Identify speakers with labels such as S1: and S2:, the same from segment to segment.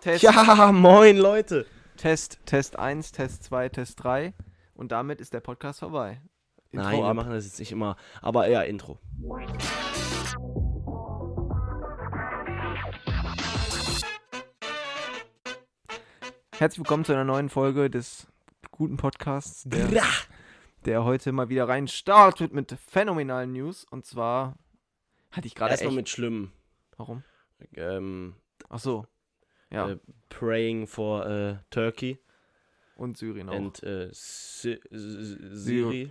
S1: Test,
S2: Ja, moin Leute.
S1: Test, Test 1, Test 2, Test 3. Und damit ist der Podcast vorbei.
S2: Nein, wir machen das jetzt nicht immer. Aber ja, Intro.
S1: Herzlich willkommen zu einer neuen Folge des guten Podcasts, der,
S2: Bra.
S1: der heute mal wieder rein startet mit phänomenalen News. Und zwar hatte ich gerade
S2: Erstmal
S1: echt...
S2: mit Schlimm.
S1: Warum?
S2: Ähm,
S1: Ach so. Ja,
S2: Äh, praying for äh, Turkey
S1: und Syrien auch.
S2: and äh, Sy Syri.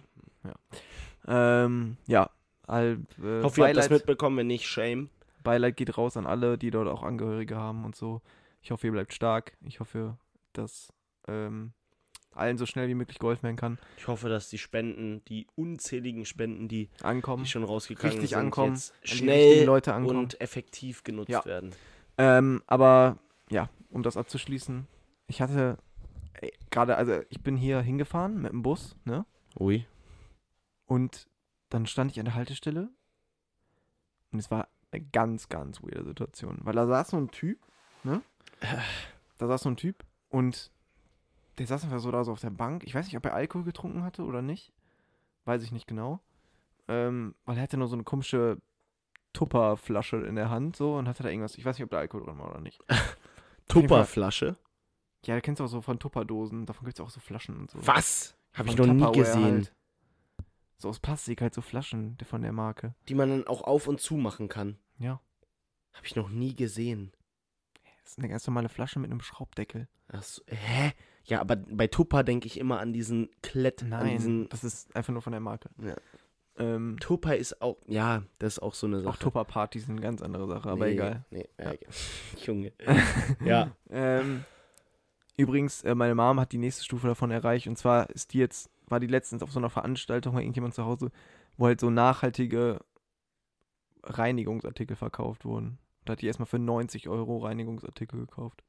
S1: ähm, ja, halb, äh,
S2: Ich hoffe, ihr habt das
S1: Beileid,
S2: mitbekommen. Wenn nicht, shame.
S1: Beileid geht raus an alle, die dort auch Angehörige haben und so. Ich hoffe, ihr bleibt stark. Ich hoffe, dass ähm, allen so schnell wie möglich geholfen werden kann.
S2: Ich hoffe, dass die Spenden, die unzähligen Spenden, die,
S1: Ankommen.
S2: die schon rausgegangen
S1: Richtig
S2: sind,
S1: ankommen,
S2: jetzt
S1: an die richtigen
S2: schnell
S1: Leute ankommen.
S2: und effektiv genutzt
S1: Ja.
S2: werden.
S1: Ähm, aber ja, um das abzuschließen, ich hatte ey, gerade, also ich bin hier hingefahren mit dem Bus, ne?
S2: Ui.
S1: Und dann stand ich an der Haltestelle und es war eine ganz, ganz weirde Situation, weil da saß so ein Typ, ne?
S2: Äh.
S1: Da saß so ein Typ und der saß einfach so da so auf der Bank. Ich weiß nicht, ob er Alkohol getrunken hatte oder nicht. Weiß ich nicht genau. Ähm, weil er hatte nur so eine komische Tupperflasche in der Hand so und hatte da irgendwas. Ich weiß nicht, ob da Alkohol drin war oder nicht.
S2: Tupperflasche.
S1: Ja, da kennst du auch so von Tupperdosen. Davon gibt es auch so Flaschen und so.
S2: Was? Habe ich noch
S1: Von
S2: nie
S1: Tupperware
S2: gesehen.
S1: Halt. So aus Plastik halt so Flaschen von der Marke.
S2: Die man dann auch auf und zu machen kann.
S1: Ja.
S2: Habe ich noch nie gesehen.
S1: Das ist eine ganz normale Flasche mit einem Schraubdeckel.
S2: Ach so, hä? Ja, aber bei Tupper denke ich immer an diesen Klett, an diesen.
S1: Also das ist einfach nur von der Marke.
S2: Ja.
S1: Ähm,
S2: Tupper ist auch, ja, das ist auch so eine Sache.
S1: auch Tupperpartys sind eine ganz andere Sache, aber
S2: nee,
S1: egal.
S2: Nee, ja.
S1: Ja.
S2: egal. Junge. ja.
S1: Ähm, übrigens, äh, meine Mom hat die nächste Stufe davon erreicht und zwar ist die jetzt, war die letztens auf so einer Veranstaltung bei irgendjemand zu Hause, wo halt so nachhaltige Reinigungsartikel verkauft wurden. Da hat die erstmal für 90 Euro Reinigungsartikel gekauft.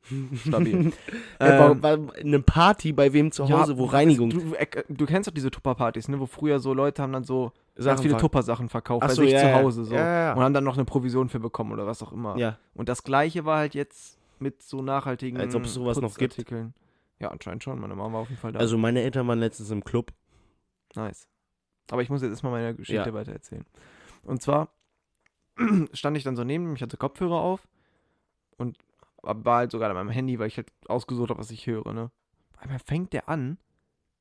S1: Stabil.
S2: ja
S1: Ähm,
S2: war, war eine Party bei wem zu
S1: Ja,
S2: Hause, wo Reinigung.
S1: Du, äh, du kennst doch diese Tupper-Partys, ne? wo früher so Leute haben dann so ganz
S2: Sachen
S1: viele
S2: ver-
S1: Tupper-Sachen verkauft
S2: Ach
S1: bei
S2: so,
S1: sich
S2: ja,
S1: zu
S2: ja.
S1: Hause so.
S2: Ja, ja, ja.
S1: und haben dann noch eine Provision für bekommen oder was auch immer.
S2: Ja.
S1: Und das gleiche war halt jetzt mit so nachhaltigen
S2: Als ob es sowas noch gibt.
S1: Putzartikeln. Ja, anscheinend schon. Meine Mama war auf jeden Fall da.
S2: Also meine Eltern waren letztens im Club.
S1: Nice. Aber ich muss jetzt erstmal meine Geschichte
S2: Ja.
S1: weiter erzählen. Und zwar stand ich dann so neben ihm, ich hatte Kopfhörer auf und war halt sogar an meinem Handy, weil ich halt ausgesucht habe, was ich höre, ne? Auf Einmal fängt der an,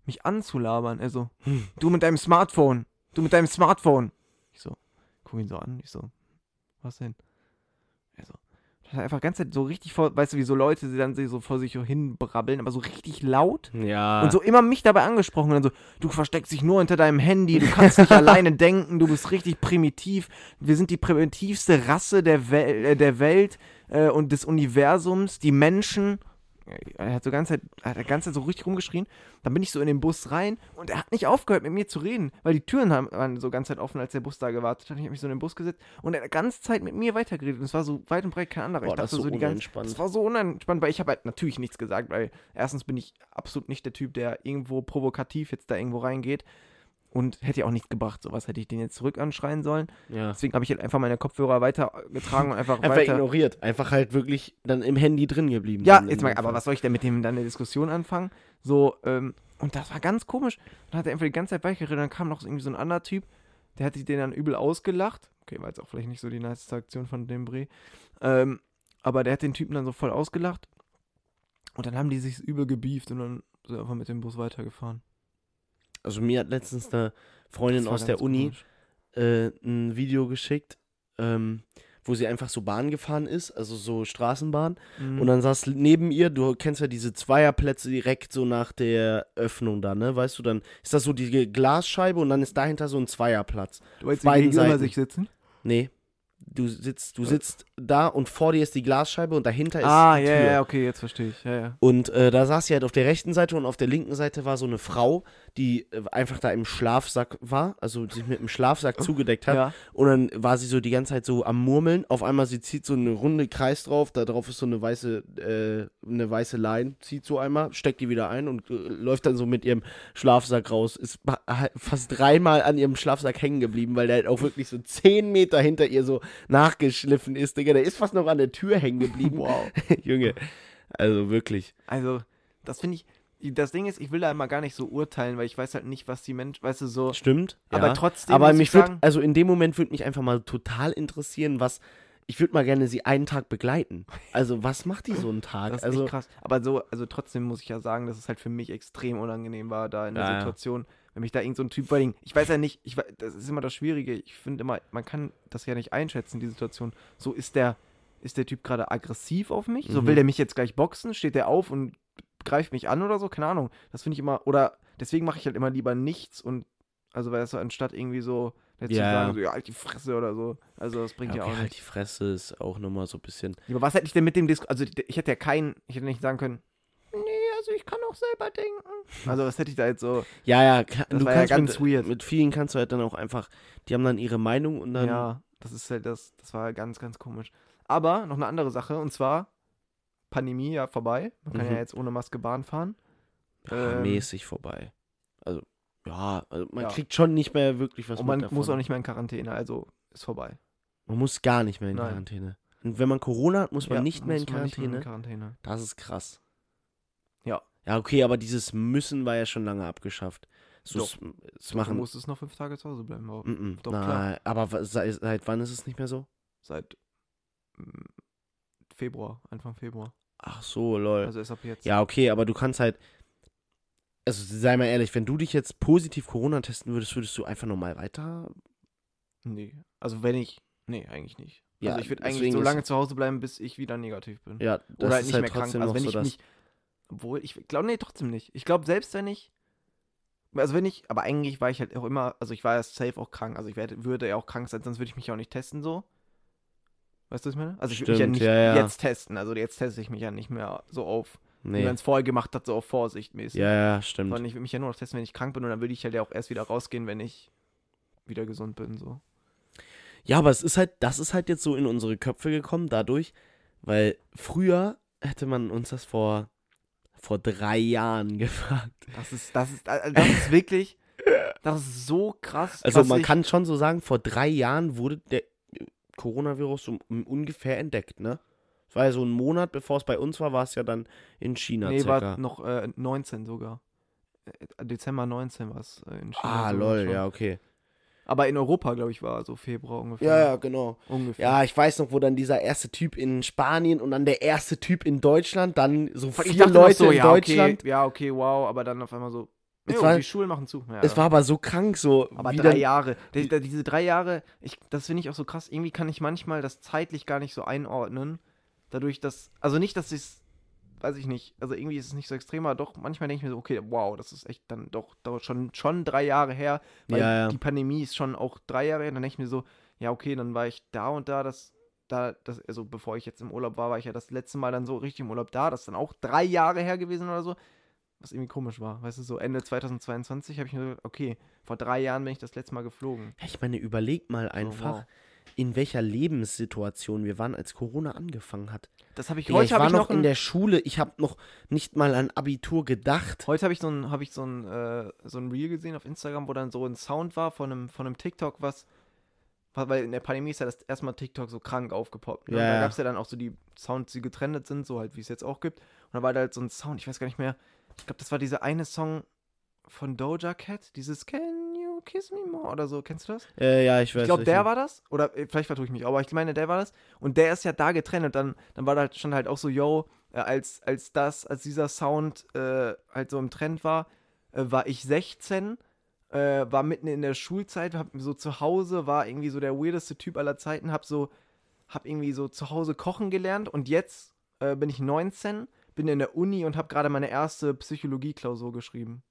S1: mich anzulabern. Er so, "Hm, du mit deinem Smartphone, du mit deinem Smartphone. Ich so, guck ihn so an, ich so, was denn? Er so, das hat einfach ganz so richtig vor, weißt du, wie so Leute sie dann so vor sich hinbrabbeln, aber so richtig laut.
S2: Ja.
S1: Und so immer mich dabei angesprochen. Und dann so, du versteckst dich nur hinter deinem Handy, du kannst nicht alleine denken, du bist richtig primitiv. Wir sind die primitivste Rasse der, Wel äh, der Welt äh, und des Universums, die Menschen. Er hat so ganze Zeit, er hat die ganze Zeit so richtig rumgeschrien. Dann bin ich so in den Bus rein und er hat nicht aufgehört, mit mir zu reden, weil die Türen haben- waren so ganze Zeit offen, als der Bus da gewartet hat. Ich habe mich so in den Bus gesetzt und er hat die ganze Zeit mit mir weitergeredet. Und es war so weit und breit kein anderer.
S2: Boah,
S1: ich dachte
S2: das ist so
S1: so die ganze
S2: unentspannt.
S1: das war so unentspannt, weil ich habe halt natürlich nichts gesagt, weil erstens bin ich absolut nicht der Typ, der irgendwo provokativ jetzt da irgendwo reingeht und hätte ja auch nichts gebracht. Sowas hätte ich den jetzt zurück anschreien sollen.
S2: ja.
S1: Deswegen habe ich halt einfach meine Kopfhörer weitergetragen und einfach
S2: Einfach
S1: weiter.
S2: ignoriert. Einfach halt wirklich dann im Handy drin geblieben.
S1: Ja,
S2: Dann in
S1: jetzt mal,
S2: dem
S1: aber
S2: Fall.
S1: was soll ich denn mit dem dann eine Diskussion anfangen? So, ähm, und das war ganz komisch. Dann hat er einfach die ganze Zeit weitergeredet, dann kam noch irgendwie so ein anderer Typ, der hat sich den dann übel ausgelacht. Okay, war jetzt auch vielleicht nicht so die niceste Aktion von Dembre. Ähm, aber der hat den Typen dann so voll ausgelacht. Und dann haben die sich übel gebieft und dann sind wir einfach mit dem Bus weitergefahren.
S2: Also mir hat letztens eine
S1: Das
S2: Freundin
S1: war
S2: aus der
S1: ganz
S2: Uni
S1: komisch.
S2: äh, ein Video geschickt, ähm, wo sie einfach so Bahn gefahren ist, also so Straßenbahn.
S1: Mhm.
S2: Und dann saß neben ihr, du kennst ja diese Zweierplätze direkt so nach der Öffnung da, ne? Weißt du, dann ist das so die Glasscheibe und dann ist dahinter so ein Zweierplatz.
S1: du wolltest
S2: beiden
S1: gegenüber
S2: Seiten.
S1: sich sitzen?
S2: Nee. Du sitzt, du sitzt da und vor dir ist die Glasscheibe und dahinter ist
S1: Äh. ah,
S2: die
S1: ja,
S2: Tür.
S1: ja, okay, jetzt verstehe ich. Ja, ja.
S2: Und äh, da saß sie halt auf der rechten Seite und auf der linken Seite war so eine Frau, die äh, einfach da im Schlafsack war, also sich mit dem Schlafsack zugedeckt hat.
S1: Ja.
S2: Und dann war sie so die ganze Zeit so am Murmeln. Auf einmal, sie zieht so eine runde Kreis drauf, da drauf ist so eine weiße, äh, eine weiße Leine, zieht so einmal, steckt die wieder ein und äh, läuft dann so mit ihrem Schlafsack raus. Ist ba- ha- fast dreimal an ihrem Schlafsack hängen geblieben, weil der halt auch wirklich so zehn Meter hinter ihr so nachgeschliffen ist, Digga. Der ist fast noch an der Tür hängen geblieben. wow. Junge. Also wirklich.
S1: Also, das finde ich. Das Ding ist, ich will da immer gar nicht so urteilen, weil ich weiß halt nicht, was die Menschen, weißt du, so.
S2: Stimmt.
S1: Aber
S2: ja.
S1: trotzdem.
S2: Aber
S1: muss ich
S2: mich würde,
S1: sagen,
S2: also in dem Moment würde mich einfach mal total interessieren, was. Ich würde mal gerne sie einen Tag begleiten. Also, was macht die so einen Tag?
S1: das ist
S2: also,
S1: echt krass. Aber so, also trotzdem muss ich ja sagen, dass es halt für mich extrem unangenehm war, da in der
S2: Ja, ja.
S1: Situation, wenn mich da irgend so ein Typ, vor allen Dingen, ich weiß ja nicht, ich, wei- das ist immer das Schwierige. Ich finde immer, man kann das ja nicht einschätzen, die Situation. So ist der, ist der Typ gerade aggressiv auf mich? So
S2: Mhm.
S1: will der mich jetzt gleich boxen? Steht der auf und greift mich an oder so? Keine Ahnung. Das finde ich immer, oder deswegen mache ich halt immer lieber nichts und, also, weil es so anstatt irgendwie so, jetzt
S2: Ja.
S1: zu sagen, so, ja, halt die Fresse oder so. Also, das bringt
S2: ja,
S1: ja,
S2: okay,
S1: auch nichts.
S2: halt die Fresse ist auch nochmal so ein bisschen.
S1: Ja, Aber was hätte ich denn mit dem Disco? Also ich hätte ja keinen, ich hätte nicht sagen können, nee, also ich kann auch selber denken. Also was hätte ich da jetzt so?
S2: Ja, ja, klar.
S1: Das
S2: du
S1: war ja
S2: kannst
S1: ganz
S2: mit,
S1: weird.
S2: mit vielen kannst du halt dann auch einfach, die haben dann ihre Meinung und dann.
S1: ja, das ist halt das, das war ganz, ganz komisch. Aber noch eine andere Sache und zwar Pandemie ja vorbei. Man kann
S2: Mhm.
S1: ja jetzt ohne Maske Bahn fahren.
S2: ja,
S1: Ähm,
S2: mäßig vorbei. Also, ja, also man
S1: Ja.
S2: kriegt schon nicht mehr wirklich was
S1: und man
S2: mit davon.
S1: muss auch nicht mehr in Quarantäne, also ist vorbei.
S2: man muss gar nicht mehr in
S1: Nein.
S2: Quarantäne. Und wenn man Corona hat, muss man
S1: Ja,
S2: nicht mehr in
S1: muss man nicht
S2: Quarantäne.
S1: in Quarantäne.
S2: Das ist krass.
S1: Ja.
S2: Ja, okay, aber dieses Müssen war ja schon lange abgeschafft. So,
S1: Doch.
S2: es, es
S1: Du
S2: machen.
S1: musstest noch fünf Tage zu Hause bleiben, aber
S2: Mm -mm,
S1: Doch,
S2: nein, aber wa- sei- seit wann ist es nicht mehr so?
S1: seit mm, Februar, Anfang Februar.
S2: Ach so, lol.
S1: Also ist ab jetzt.
S2: Äh, Ja, okay, aber du kannst halt. Also sei mal ehrlich, wenn du dich jetzt positiv Corona testen würdest, würdest du einfach normal weiter.
S1: Nee. Also wenn ich. Nee, eigentlich nicht.
S2: Ja,
S1: also ich würde eigentlich
S2: deswegen
S1: so
S2: ist-
S1: lange zu Hause bleiben, bis ich wieder negativ bin.
S2: Ja, das
S1: Oder halt
S2: ist
S1: nicht
S2: halt
S1: mehr krank.
S2: trotzdem
S1: Also
S2: noch
S1: wenn
S2: so
S1: ich
S2: das.
S1: nicht. Obwohl, ich glaube, nee, trotzdem nicht. Ich glaube, selbst wenn ich. Also wenn ich, aber eigentlich war ich halt auch immer, also ich war ja safe auch krank. Also ich werd, würde ja auch krank sein, sonst würde ich mich ja auch nicht testen so. Weißt du, was ich meine? Also ich würde mich ja
S2: Stimmt,
S1: nicht
S2: ja, ja.
S1: jetzt testen. Also jetzt teste ich mich ja nicht mehr so auf, wie
S2: nee.
S1: man es vorher gemacht hat, so auf Vorsicht mäßig.
S2: Ja, ja, stimmt.
S1: Sondern ich würde mich ja nur noch testen, wenn ich krank bin und dann würde ich halt ja auch erst wieder rausgehen, wenn ich wieder gesund bin. So.
S2: Ja, aber es ist halt, das ist halt jetzt so in unsere Köpfe gekommen, dadurch, weil früher hätte man uns das vor, vor drei Jahren gefragt.
S1: Das ist, das ist, also das ist wirklich, das ist so krass.
S2: Also
S1: was
S2: man
S1: ich,
S2: kann schon so sagen, vor drei Jahren wurde der äh, Coronavirus so um- ungefähr entdeckt, ne? Es war ja so ein Monat, bevor es bei uns war, war es ja dann in China
S1: nee,
S2: circa.
S1: war noch äh, 19 sogar. Äh, Dezember 19 war es äh, in China.
S2: Ah,
S1: sogar
S2: lol,
S1: schon.
S2: ja, okay.
S1: Aber in Europa, glaube ich, war so Februar ungefähr.
S2: Ja, ja, genau.
S1: Ungefähr.
S2: Ja, ich weiß noch, wo dann dieser erste Typ in Spanien und dann der erste Typ in Deutschland, dann so
S1: Weil ich
S2: vier
S1: dachte noch
S2: Leute
S1: so,
S2: in
S1: ja,
S2: Deutschland.
S1: Okay, ja, okay, wow, aber dann auf einmal so,
S2: Es
S1: jo,
S2: war-
S1: die Schulen machen zu. Ja,
S2: Es war aber so krank, so.
S1: aber
S2: wie
S1: drei
S2: dann,
S1: Jahre. Die, die, diese drei Jahre, ich, das finde ich auch so krass. Irgendwie kann ich manchmal das zeitlich gar nicht so einordnen. Dadurch, dass, also nicht, dass ich es, weiß ich nicht, also irgendwie ist es nicht so extrem, aber doch, manchmal denke ich mir so, okay, wow, das ist echt dann doch, doch schon, schon drei Jahre her. Weil
S2: Ja, ja.
S1: die Pandemie ist schon auch drei Jahre her. Dann denke ich mir so, ja, okay, dann war ich da und da, das, da, das, also bevor ich jetzt im Urlaub war, war ich ja das letzte Mal dann so richtig im Urlaub da, das ist dann auch drei Jahre her gewesen oder so. Was irgendwie komisch war, weißt du, so Ende 2022 habe ich mir gedacht, okay, vor drei Jahren bin ich das letzte Mal geflogen.
S2: Ja, ich meine, überleg mal einfach,
S1: Oh, wow.
S2: in welcher Lebenssituation wir waren, als Corona angefangen hat.
S1: Das habe ich
S2: Digga, ich
S1: heute habe
S2: war
S1: ich
S2: noch
S1: noch,
S2: in
S1: ein-
S2: der Schule, ich habe noch nicht mal an Abitur gedacht.
S1: heute habe ich so ein habe ich so ein äh, so ein Reel gesehen auf Instagram, wo dann so ein Sound war von einem von einem TikTok, was wa- weil in der Pandemie ist ja das erstmal TikTok so krank aufgepoppt. Ne?
S2: Ja,
S1: Und da
S2: ja.
S1: gab es ja dann auch so die Sounds, die getrennt sind, so halt wie es jetzt auch gibt. Und da war da halt so ein Sound, ich weiß gar nicht mehr. Ich glaube, das war dieser eine Song von Doja Cat, dieses Can you kiss me more oder so, kennst du das?
S2: Äh, ja, ich weiß
S1: Ich glaube,
S2: nicht.
S1: der war das. Oder äh, vielleicht vertue ich mich, aber ich meine, der war das. Und der ist ja da getrennt. Und dann, dann war da halt, stand halt auch so, yo, äh, als, als das, als dieser Sound äh, halt so im Trend war, äh, war ich 16, äh, war mitten in der Schulzeit, hab so zu Hause, war irgendwie so der weirdeste Typ aller Zeiten, hab so, hab irgendwie so zu Hause kochen gelernt und jetzt äh, bin ich 19, bin in der Uni und hab gerade meine erste Psychologie-Klausur geschrieben.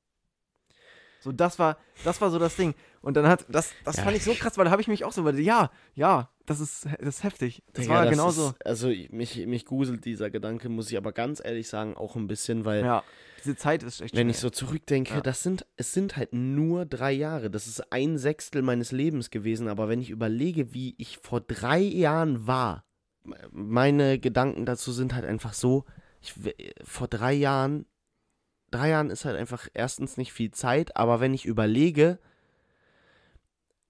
S1: So, das war, das war so das Ding. Und dann hat, das, das
S2: Ja.
S1: fand ich so krass, weil da habe ich mich auch so, weil, ja, ja, das ist, das ist heftig. Das
S2: Digga,
S1: war
S2: das
S1: genauso.
S2: Ist, also ich- mich, mich gruselt dieser Gedanke, muss ich aber ganz ehrlich sagen, auch ein bisschen, weil
S1: Ja, diese Zeit ist echt
S2: äh, wenn
S1: schnell.
S2: ich so zurückdenke,
S1: Ja.
S2: das sind, es sind halt nur drei Jahre. Das ist ein Sechstel meines Lebens gewesen. Aber wenn ich überlege, wie ich vor drei Jahren war, me- meine Gedanken dazu sind halt einfach so, ich, w- vor drei Jahren, drei Jahren ist halt einfach erstens nicht viel Zeit, aber wenn ich überlege,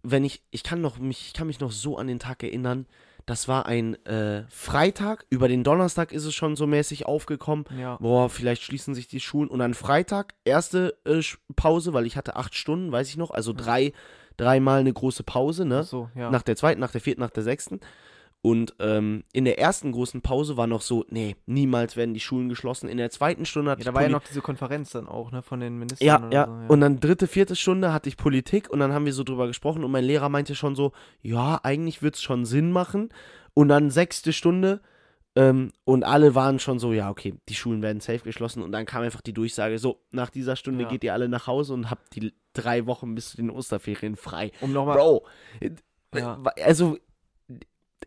S2: wenn ich, ich kann noch mich, ich kann mich noch so an den Tag erinnern, Das war ein äh, Freitag. Über den Donnerstag ist es schon so mäßig aufgekommen.
S1: Ja.
S2: Boah, vielleicht schließen sich die Schulen. Und an Freitag, erste äh, Sch- Pause, weil ich hatte acht Stunden, weiß ich noch. Also drei, dreimal eine große Pause, ne?
S1: Mhm. Ach So, ja.
S2: Nach der zweiten, nach der vierten, nach der sechsten. Und ähm, in der ersten großen Pause war noch so, nee, niemals werden die Schulen geschlossen. In der zweiten Stunde hatte
S1: ja,
S2: ich
S1: da war ja
S2: Poli-
S1: noch diese Konferenz dann auch, ne, von den Ministern.
S2: ja,
S1: oder
S2: ja.
S1: So, ja.
S2: Und dann dritte, vierte Stunde hatte ich Politik und dann haben wir so drüber gesprochen und mein Lehrer meinte schon so, ja, eigentlich wird es schon Sinn machen. Und dann sechste Stunde ähm, und alle waren schon so, ja, okay, die Schulen werden safe geschlossen und dann kam einfach die Durchsage, so, nach dieser Stunde
S1: Ja.
S2: geht ihr alle nach Hause und habt die drei Wochen bis zu den Osterferien frei.
S1: um nochmal.
S2: Bro, äh,
S1: Ja.
S2: also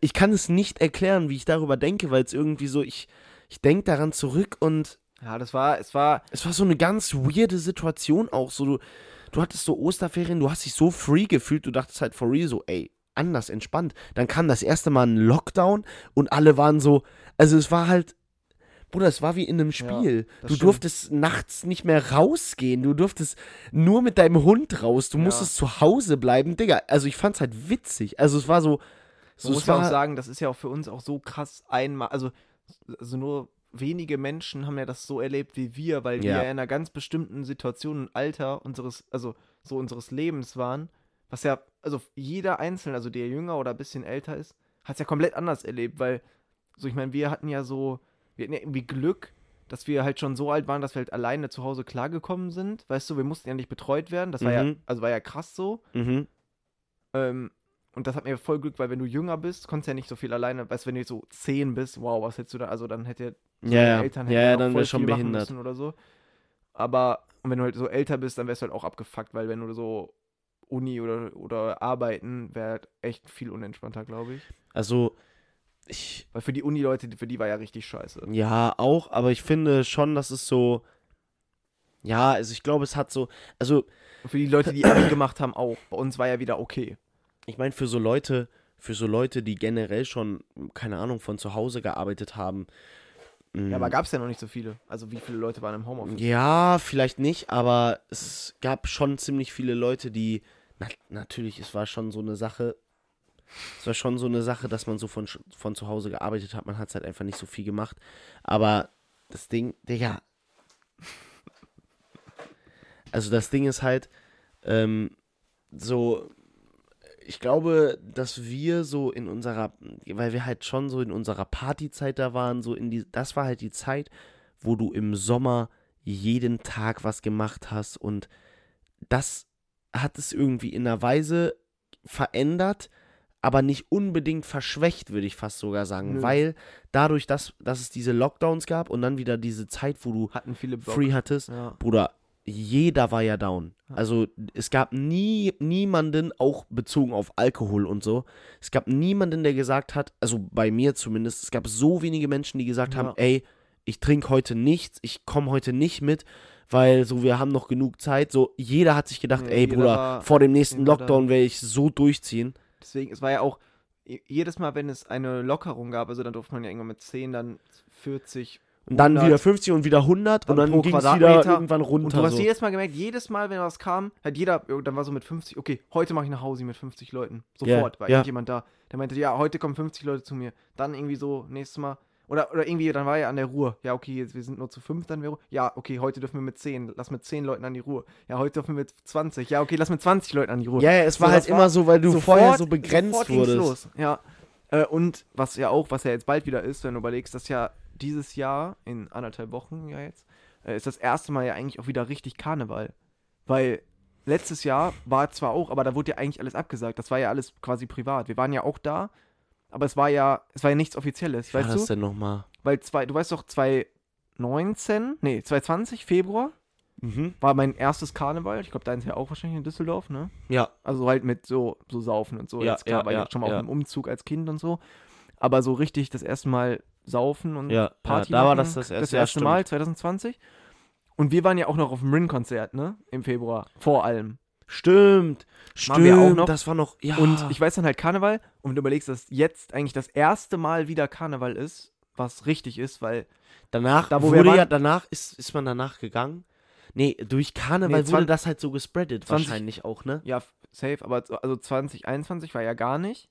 S2: ich kann es nicht erklären, wie ich darüber denke, weil es irgendwie so, ich, ich denke daran zurück und
S1: ja, das war, es war,
S2: es war so eine ganz weirde Situation auch. So, du, du hattest so Osterferien, du hast dich so free gefühlt, du dachtest halt for real so, ey, anders entspannt. Dann kam das erste Mal ein Lockdown und alle waren so, also es war halt. Bruder, es war wie in einem Spiel.
S1: das
S2: du
S1: stimmt.
S2: durftest nachts nicht mehr rausgehen. Du durftest nur mit deinem Hund raus. Du
S1: Ja.
S2: musstest zu Hause bleiben. Digga, also ich fand's halt witzig. Also es war so. so
S1: man muss
S2: es
S1: ja
S2: war,
S1: auch sagen, das ist ja auch für uns auch so krass einmal, also, also nur wenige Menschen haben ja das so erlebt wie wir, weil
S2: Ja.
S1: wir in einer ganz bestimmten Situation und Alter unseres, also so unseres Lebens waren, was ja, also jeder Einzelne, also der jünger oder ein bisschen älter ist, hat es ja komplett anders erlebt, weil, so ich meine, wir hatten ja so, wir hatten ja irgendwie Glück, dass wir halt schon so alt waren, dass wir halt alleine zu Hause klargekommen sind, weißt du, wir mussten ja nicht betreut werden, das war ja,
S2: Mhm.
S1: also war ja krass so.
S2: Mhm.
S1: Ähm, und das hat mir voll Glück, weil wenn du jünger bist, konntest du ja nicht so viel alleine. Weißt du, wenn du jetzt so zehn bist, wow, was hättest du da? Also dann hätte so
S2: Ja,
S1: deine
S2: ja,
S1: Eltern
S2: ja,
S1: hätten
S2: ja,
S1: auch
S2: dann
S1: voll
S2: wäre schon
S1: viel machen
S2: behindert.
S1: müssen oder so. Aber und wenn du halt so älter bist, dann wärst du halt auch abgefuckt, weil wenn du so Uni oder, oder arbeiten, wäre halt echt viel unentspannter, glaube ich.
S2: Also, ich,
S1: Weil für die Uni-Leute, die- für die war ja richtig scheiße.
S2: Ja, auch, aber ich finde schon, dass es so. Ja, also ich glaube, es hat so. Also,
S1: Und für die Leute, die Abi gemacht haben, auch. Bei uns war ja wieder okay.
S2: ich meine, für so Leute, für so Leute, die generell schon, keine Ahnung, von zu Hause gearbeitet haben.
S1: Ja,
S2: mm,
S1: aber gab es ja noch nicht so viele. Also wie viele Leute waren im Homeoffice?
S2: ja, vielleicht nicht, aber es gab schon ziemlich viele Leute, die. Na, natürlich, es war schon so eine Sache. Es war schon so eine Sache, dass man so von, sch- von zu Hause gearbeitet hat. Man hat es halt einfach nicht so viel gemacht. Aber das Ding, Digga. Also das Ding ist halt, ähm, so, ich glaube, dass wir so in unserer, weil wir halt schon so in unserer Partyzeit da waren, so in die, das war halt die Zeit, wo du im Sommer jeden Tag was gemacht hast und das hat es irgendwie in einer Weise verändert, aber nicht unbedingt verschwächt, würde ich fast sogar sagen,
S1: Nö.
S2: weil dadurch, dass, dass es diese Lockdowns gab und dann wieder diese Zeit, wo du
S1: Hatten viele Bock.
S2: free hattest,
S1: Ja.
S2: Bruder, jeder war ja down.
S1: Ja.
S2: Also es gab nie niemanden, auch bezogen auf Alkohol und so, es gab niemanden, der gesagt hat, also bei mir zumindest, es gab so wenige Menschen, die gesagt haben,
S1: Ja.
S2: ey, ich trinke heute nichts, ich komme heute nicht mit, weil so wir haben noch genug Zeit. So jeder hat sich gedacht,
S1: Nee,
S2: ey
S1: jeder
S2: Bruder,
S1: war-
S2: vor dem nächsten
S1: jeder-
S2: Lockdown werde ich so durchziehen.
S1: Deswegen, es war ja auch je- jedes Mal, wenn es eine Lockerung gab, also dann durfte man ja irgendwann mit 10, dann 40.
S2: Und dann
S1: 100.
S2: wieder 50 und wieder 100 und
S1: Dann
S2: dann
S1: pro
S2: ging es wieder
S1: Quadratmeter.
S2: irgendwann runter.
S1: Und du hast
S2: so.
S1: jedes Mal gemerkt, jedes Mal, wenn was kam, hat jeder, oh, dann war so mit 50, okay, heute mache ich nach Hause mit 50 Leuten.
S2: Ja,
S1: Sofort war
S2: ja.
S1: irgendjemand da. Der meinte, ja, heute kommen 50 Leute zu mir. Dann irgendwie so, nächstes Mal. Oder, oder irgendwie, dann war ja an der Ruhe. Ja, okay, jetzt, wir sind nur zu fünf, dann wäre Ruhe. Ja, okay, heute dürfen wir mit 10. Lass mit 10 Leuten an die Ruhe. Ja, heute dürfen wir mit 20. Ja, okay, lass mit 20 Leuten an die Ruhe.
S2: Ja, ja, es war
S1: So,
S2: halt
S1: das war
S2: immer so, weil du
S1: sofort-
S2: vorher so begrenzt
S1: sofort ging's
S2: wurdest.
S1: Los. Ja. Äh, und was ja auch, was ja jetzt bald wieder ist, wenn du überlegst, dass ja dieses Jahr, in anderthalb Wochen ja jetzt, äh, ist das erste Mal ja eigentlich auch wieder richtig Karneval. Weil letztes Jahr war zwar auch, aber da wurde ja eigentlich alles abgesagt. Das war ja alles quasi privat. Wir waren ja auch da, aber es war ja, es war ja nichts Offizielles,
S2: War
S1: weißt
S2: das
S1: du?
S2: denn nochmal?
S1: Weil zwei, du weißt doch, 2019, nee, 2020, Februar,
S2: Mhm.
S1: war mein erstes Karneval. Ich glaube, deins ja auch wahrscheinlich in Düsseldorf, ne?
S2: Ja,
S1: Also halt mit so, so Saufen und so.
S2: Ja,
S1: jetzt klar,
S2: ja,
S1: war
S2: ja,
S1: ich auch schon mal
S2: ja.
S1: auf einem Umzug als Kind und so. Aber so richtig das erste Mal Saufen und
S2: ja,
S1: Party
S2: ja, da war
S1: machen,
S2: das das erste,
S1: das erste
S2: ja,
S1: Mal, 2020. Und wir waren ja auch noch auf dem Rin-Konzert, ne? Im Februar, vor allem.
S2: Stimmt, stimmt,
S1: Waren wir auch noch.
S2: das war noch, ja.
S1: Und ich weiß dann halt Karneval und du überlegst, dass jetzt eigentlich das erste Mal wieder Karneval ist, was richtig ist, weil
S2: danach
S1: da, wo wir
S2: wurde ja,
S1: waren-
S2: danach ist, ist man danach gegangen. Nee, durch Karneval
S1: Nee, 20
S2: wurde das halt so gespreadet
S1: 20
S2: wahrscheinlich auch, ne?
S1: ja, safe, aber so- also 2021 war ja gar nicht.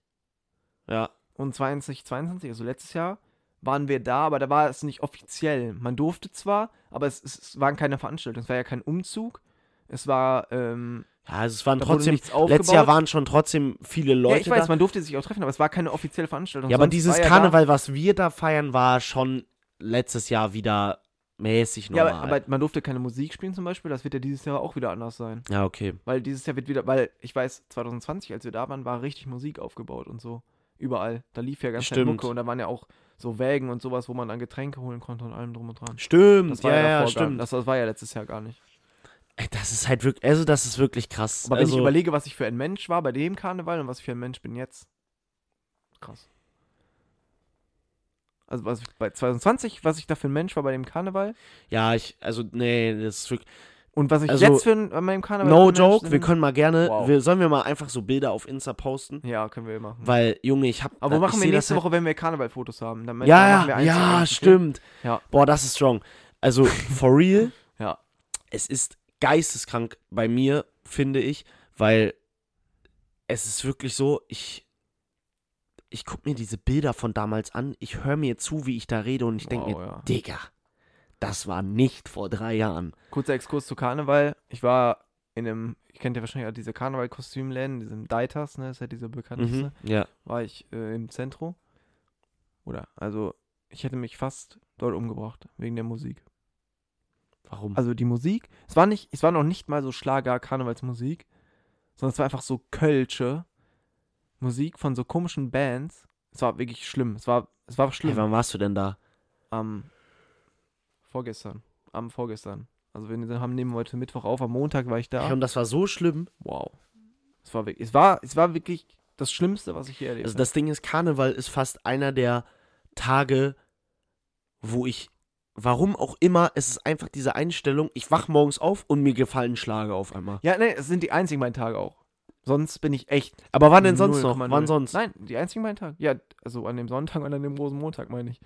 S2: Ja.
S1: Und 2022, also letztes Jahr, waren wir da, aber da war es nicht offiziell. Man durfte zwar, aber es, es, es waren keine Veranstaltungen. Es war ja kein Umzug. Es war, ähm,
S2: Ja, also es waren
S1: da wurde
S2: trotzdem,
S1: nichts aufgebaut.
S2: letztes Jahr waren schon trotzdem viele Leute
S1: ja, ich weiß,
S2: da.
S1: man durfte sich auch treffen, aber es war keine offizielle Veranstaltung.
S2: Ja, aber
S1: Sonst
S2: dieses
S1: war ja
S2: Karneval, was wir da feiern, war schon letztes Jahr wieder mäßig
S1: Da, ja,
S2: normal.
S1: aber, aber man durfte keine Musik spielen zum Beispiel. Das wird ja dieses Jahr auch wieder anders sein.
S2: ja okay.
S1: Weil dieses Jahr wird wieder, weil ich weiß, 2020, als wir da waren, war richtig Musik aufgebaut und so. Überall. Da lief ja ganz viel
S2: Stimmt.
S1: Mucke und da waren ja auch so Wägen und sowas, wo man dann Getränke holen konnte und allem drum und dran.
S2: Stimmt, ja, ja,
S1: davor gar-
S2: stimmt.
S1: Das, das war Hm, ja letztes Jahr gar nicht.
S2: Ey, Das ist halt wirklich, also das ist wirklich krass.
S1: Aber wenn
S2: also,
S1: ich überlege, was ich für ein Mensch war bei dem Karneval und was ich für ein Mensch bin jetzt. Krass. Also was ich bei 2020, was ich da für ein Mensch war bei dem Karneval
S2: ja, ich, also nee, das ist wirklich,
S1: und was ich
S2: Also,
S1: jetzt für ein, bei meinem Karneval
S2: no
S1: für ein Mensch
S2: joke,
S1: bin.
S2: wir können mal gerne,
S1: Wow. Mhm.
S2: wir, sollen wir mal einfach so Bilder auf Insta posten?
S1: Ja, können wir eh machen.
S2: Weil, Junge, ich hab,
S1: Aber wo
S2: ich
S1: machen wir
S2: seh
S1: nächste
S2: das halt-
S1: Woche, wenn wir Karnevalfotos haben? Dann machen wir
S2: Ja, ja,
S1: eins zu
S2: ja,
S1: eins, okay?
S2: stimmt.
S1: Ja.
S2: Boah, das ist strong. Also, for real,
S1: Ja.
S2: es ist geisteskrank bei mir, finde ich, weil es ist wirklich so, ich, ich gucke mir diese Bilder von damals an, ich höre mir zu, wie ich da rede und ich denke
S1: Wow,
S2: mir,
S1: ja.
S2: Digga, das war nicht vor drei Jahren.
S1: Kurzer Exkurs zu Karneval. Ich war in einem, ich kennt ja wahrscheinlich auch diese Karneval-Kostümläden, diesem Deitas, ne, ist ja diese bekannteste.
S2: Mhm. Ja.
S1: war ich äh, im Zentrum. Oder, also, ich hätte mich fast dort umgebracht, wegen der Musik.
S2: Warum?
S1: Also die Musik, es war nicht, es war noch nicht mal so Schlager-Karnevalsmusik, sondern es war einfach so Kölsche Musik von so komischen Bands. Es war wirklich schlimm. Es war, es war
S2: hey,
S1: schlimm.
S2: wann warst du denn da?
S1: am vorgestern. Am vorgestern. Also wir haben nehmen heute Mittwoch auf, am Montag war ich
S2: Hey,
S1: da.
S2: und das war so schlimm.
S1: Wow. Es war wirklich, es war, es war wirklich das Schlimmste, was ich hier erlebt
S2: Also
S1: habe.
S2: das Ding ist, Karneval ist fast einer der Tage, wo ich, warum auch immer, es ist einfach diese Einstellung, ich wach morgens auf und mir gefallen Schlage auf einmal.
S1: Ja, nee, es sind die einzigen beiden Tage auch. Sonst bin ich echt
S2: Aber wann denn sonst noch?
S1: 0,0.
S2: Wann sonst?
S1: Nein, die einzigen beiden Tage. Ja, also an dem Sonntag und an dem großen Montag, meine ich.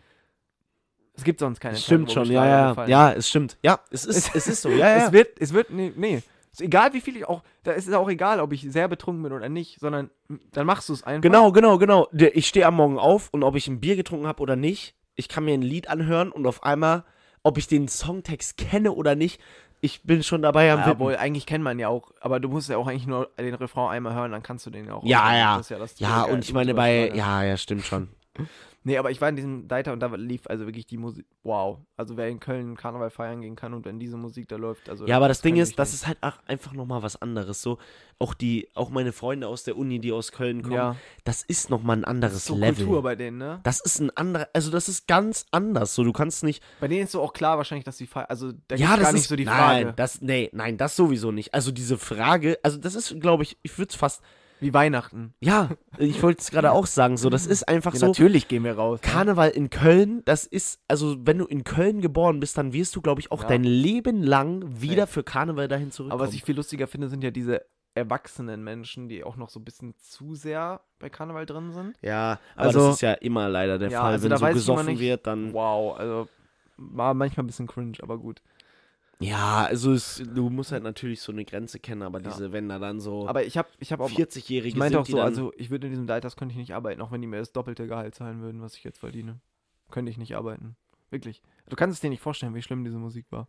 S1: Es gibt sonst keine
S2: stimmt
S1: Tage, wo
S2: schon,
S1: Schlager
S2: ja, ja.
S1: gefallen.
S2: Ja, es stimmt. Ja, es ist, es ist so, ja, ja.
S1: Es wird, es wird, nee, nee. Ist egal, wie viel ich auch, da ist es auch egal, ob ich sehr betrunken bin oder nicht, sondern mm, dann machst du es einfach.
S2: Genau, genau, genau. Der- Ich stehe am Morgen auf und ob ich ein Bier getrunken habe oder nicht, ich kann mir ein Lied anhören und auf einmal, ob ich den Songtext kenne oder nicht, ich bin schon dabei am
S1: Ja,
S2: Wippen.
S1: obwohl, eigentlich kennt man ja auch, aber du musst ja auch eigentlich nur den Refrain einmal hören, dann kannst du den ja auch.
S2: Ja,
S1: auswendig.
S2: ja.
S1: Das ist das
S2: Ja,
S1: Gute
S2: und ich
S1: Gute
S2: meine bei,
S1: Schlager.
S2: ja, ja, stimmt schon.
S1: Nee, aber ich war in diesem Deiter und da lief also wirklich die Musik. Wow. Also wer in Köln Karneval feiern gehen kann und wenn diese Musik da läuft, also.
S2: Ja, aber das Ding
S1: könnte
S2: ist,
S1: ich
S2: das
S1: nicht.
S2: ist halt auch einfach nochmal was anderes. So, auch die, auch meine Freunde aus der Uni, die aus Köln kommen,
S1: Ja.
S2: das ist nochmal ein anderes
S1: so
S2: Level.
S1: Kultur bei denen, ne?
S2: das ist ein anderer, also das ist ganz anders. So, du kannst nicht.
S1: Bei denen ist so auch klar wahrscheinlich, dass die feiern. Also da
S2: ja,
S1: gibt's
S2: das
S1: gar
S2: ist
S1: nicht so die
S2: nein,
S1: Frage.
S2: Das, nee, nein, das sowieso nicht. Also diese Frage, also das ist, glaube ich, ich würde es fast.
S1: Wie Weihnachten.
S2: Ja, ich wollte es gerade auch sagen. So, das ist einfach
S1: Ja,
S2: so.
S1: natürlich gehen wir raus. Ne?
S2: Karneval in Köln, das ist, also wenn du in Köln geboren bist, dann wirst du, glaube ich, auch
S1: Ja.
S2: dein Leben lang wieder
S1: Safe.
S2: für Karneval dahin zurückkommen.
S1: Aber was ich viel lustiger finde, sind ja diese erwachsenen Menschen, die auch noch so ein bisschen zu sehr bei Karneval drin sind.
S2: Ja, aber
S1: Also-
S2: das ist ja immer leider der
S1: Ja,
S2: Fall.
S1: also
S2: Wenn
S1: da
S2: so
S1: weiß ich immer
S2: gesoffen
S1: nicht-
S2: wird, dann.
S1: Wow, also war manchmal ein bisschen cringe, aber gut.
S2: Ja, also es, du musst halt natürlich so eine Grenze kennen, aber
S1: Ja.
S2: diese, wenn da dann so
S1: Aber ich habe ich hab auch. Ich
S2: 40-Jährige sind,
S1: meinte auch
S2: die
S1: so,
S2: dann,
S1: also ich würde in diesem Alters könnte ich nicht arbeiten, auch wenn die mir das doppelte Gehalt zahlen würden, was ich jetzt verdiene. Könnte ich nicht arbeiten. Wirklich. Du kannst es dir nicht vorstellen, wie schlimm diese Musik war.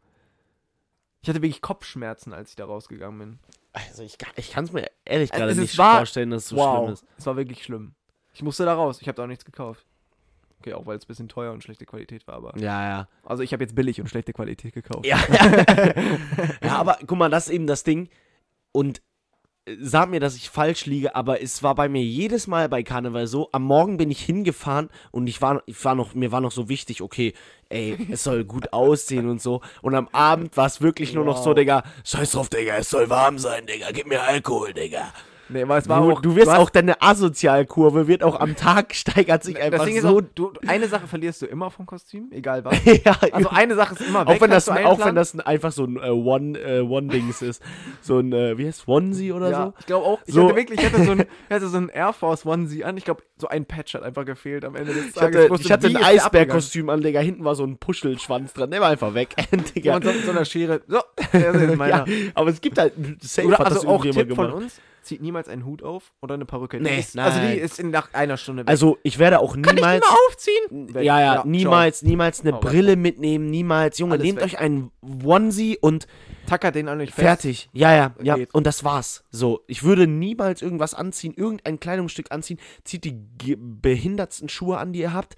S1: Ich hatte wirklich Kopfschmerzen, als ich da rausgegangen bin.
S2: also ich, ga- ich kann es mir ehrlich
S1: Also
S2: gerade
S1: es
S2: nicht
S1: war-
S2: vorstellen, dass es so schlimm ist.
S1: Es war wirklich schlimm. Ich musste da raus. Ich habe da auch nichts gekauft. Okay, auch weil es ein bisschen teuer und schlechte Qualität war, aber.
S2: Ja, ja.
S1: Also ich habe jetzt billig und schlechte Qualität gekauft.
S2: Ja. ja, aber guck mal, das ist eben das Ding. Und äh, sag mir, dass ich falsch liege, aber es war bei mir jedes Mal bei Karneval so. Am Morgen bin ich hingefahren und ich war, ich war noch, mir war noch so wichtig, okay, ey, es soll gut aussehen und so. Und am Abend war es wirklich nur noch so,
S1: Wow.
S2: Digga, scheiß drauf, Digga, es soll warm sein, Digga, gib mir Alkohol, Digga.
S1: Nee, aber es war
S2: Du,
S1: auch,
S2: du wirst
S1: hast-
S2: auch deine Asozialkurve, wird auch am Tag steigert sich
S1: Das
S2: einfach
S1: Ding ist
S2: so.
S1: auch, du, du- eine Sache verlierst du immer vom Kostüm, egal was.
S2: ja,
S1: Also eine Sache ist immer weg.
S2: auch wenn
S1: kannst
S2: das,
S1: du
S2: auch wenn
S1: einplanen.
S2: das ein- einfach so ein äh, One äh, One Dings ist, so ein äh, wie heißt Onesie oder
S1: ja,
S2: so.
S1: ich glaube auch. Ich
S2: So.
S1: hatte wirklich, ich hatte so ein, ich hatte so ein Air Force Onesie an. Ich glaube, so ein Patch hat einfach gefehlt am Ende des
S2: Ich
S1: Tages.
S2: hatte,
S1: wusste,
S2: ich hatte
S1: wie
S2: ein
S1: ist der
S2: Eisbärkostüm an, Digga. Hinten war so ein Puschelschwanz dran. Der war einfach weg,
S1: abgegangen?
S2: Digga.
S1: Jemand sonst mit so einer Schere. So, der ist
S2: Ja,
S1: meiner.
S2: aber es gibt halt, safe
S1: Oder
S2: hat
S1: also
S2: das
S1: auch
S2: irgendjemand
S1: Tipp von
S2: gemacht.
S1: uns, zieht niemals einen Hut auf oder eine Perücke. Die
S2: Nee,
S1: ist, Also die
S2: nein.
S1: ist in, nach einer Stunde weg.
S2: Also ich werde auch
S1: Kann ich die
S2: niemals.
S1: mal aufziehen?
S2: Ja,
S1: Weg.
S2: ja,
S1: Ja,
S2: niemals, niemals eine
S1: Hau weg.
S2: Brille mitnehmen, niemals. Junge,
S1: Alles
S2: nehmt
S1: weg.
S2: euch einen Onesie und
S1: Tackert den auch nicht fest.
S2: fertig. Ja, ja, ja.
S1: Geht.
S2: Und das war's. So, ich würde niemals irgendwas anziehen, irgendein Kleidungsstück anziehen. Zieht die ge- behindertsten Schuhe an, die ihr habt.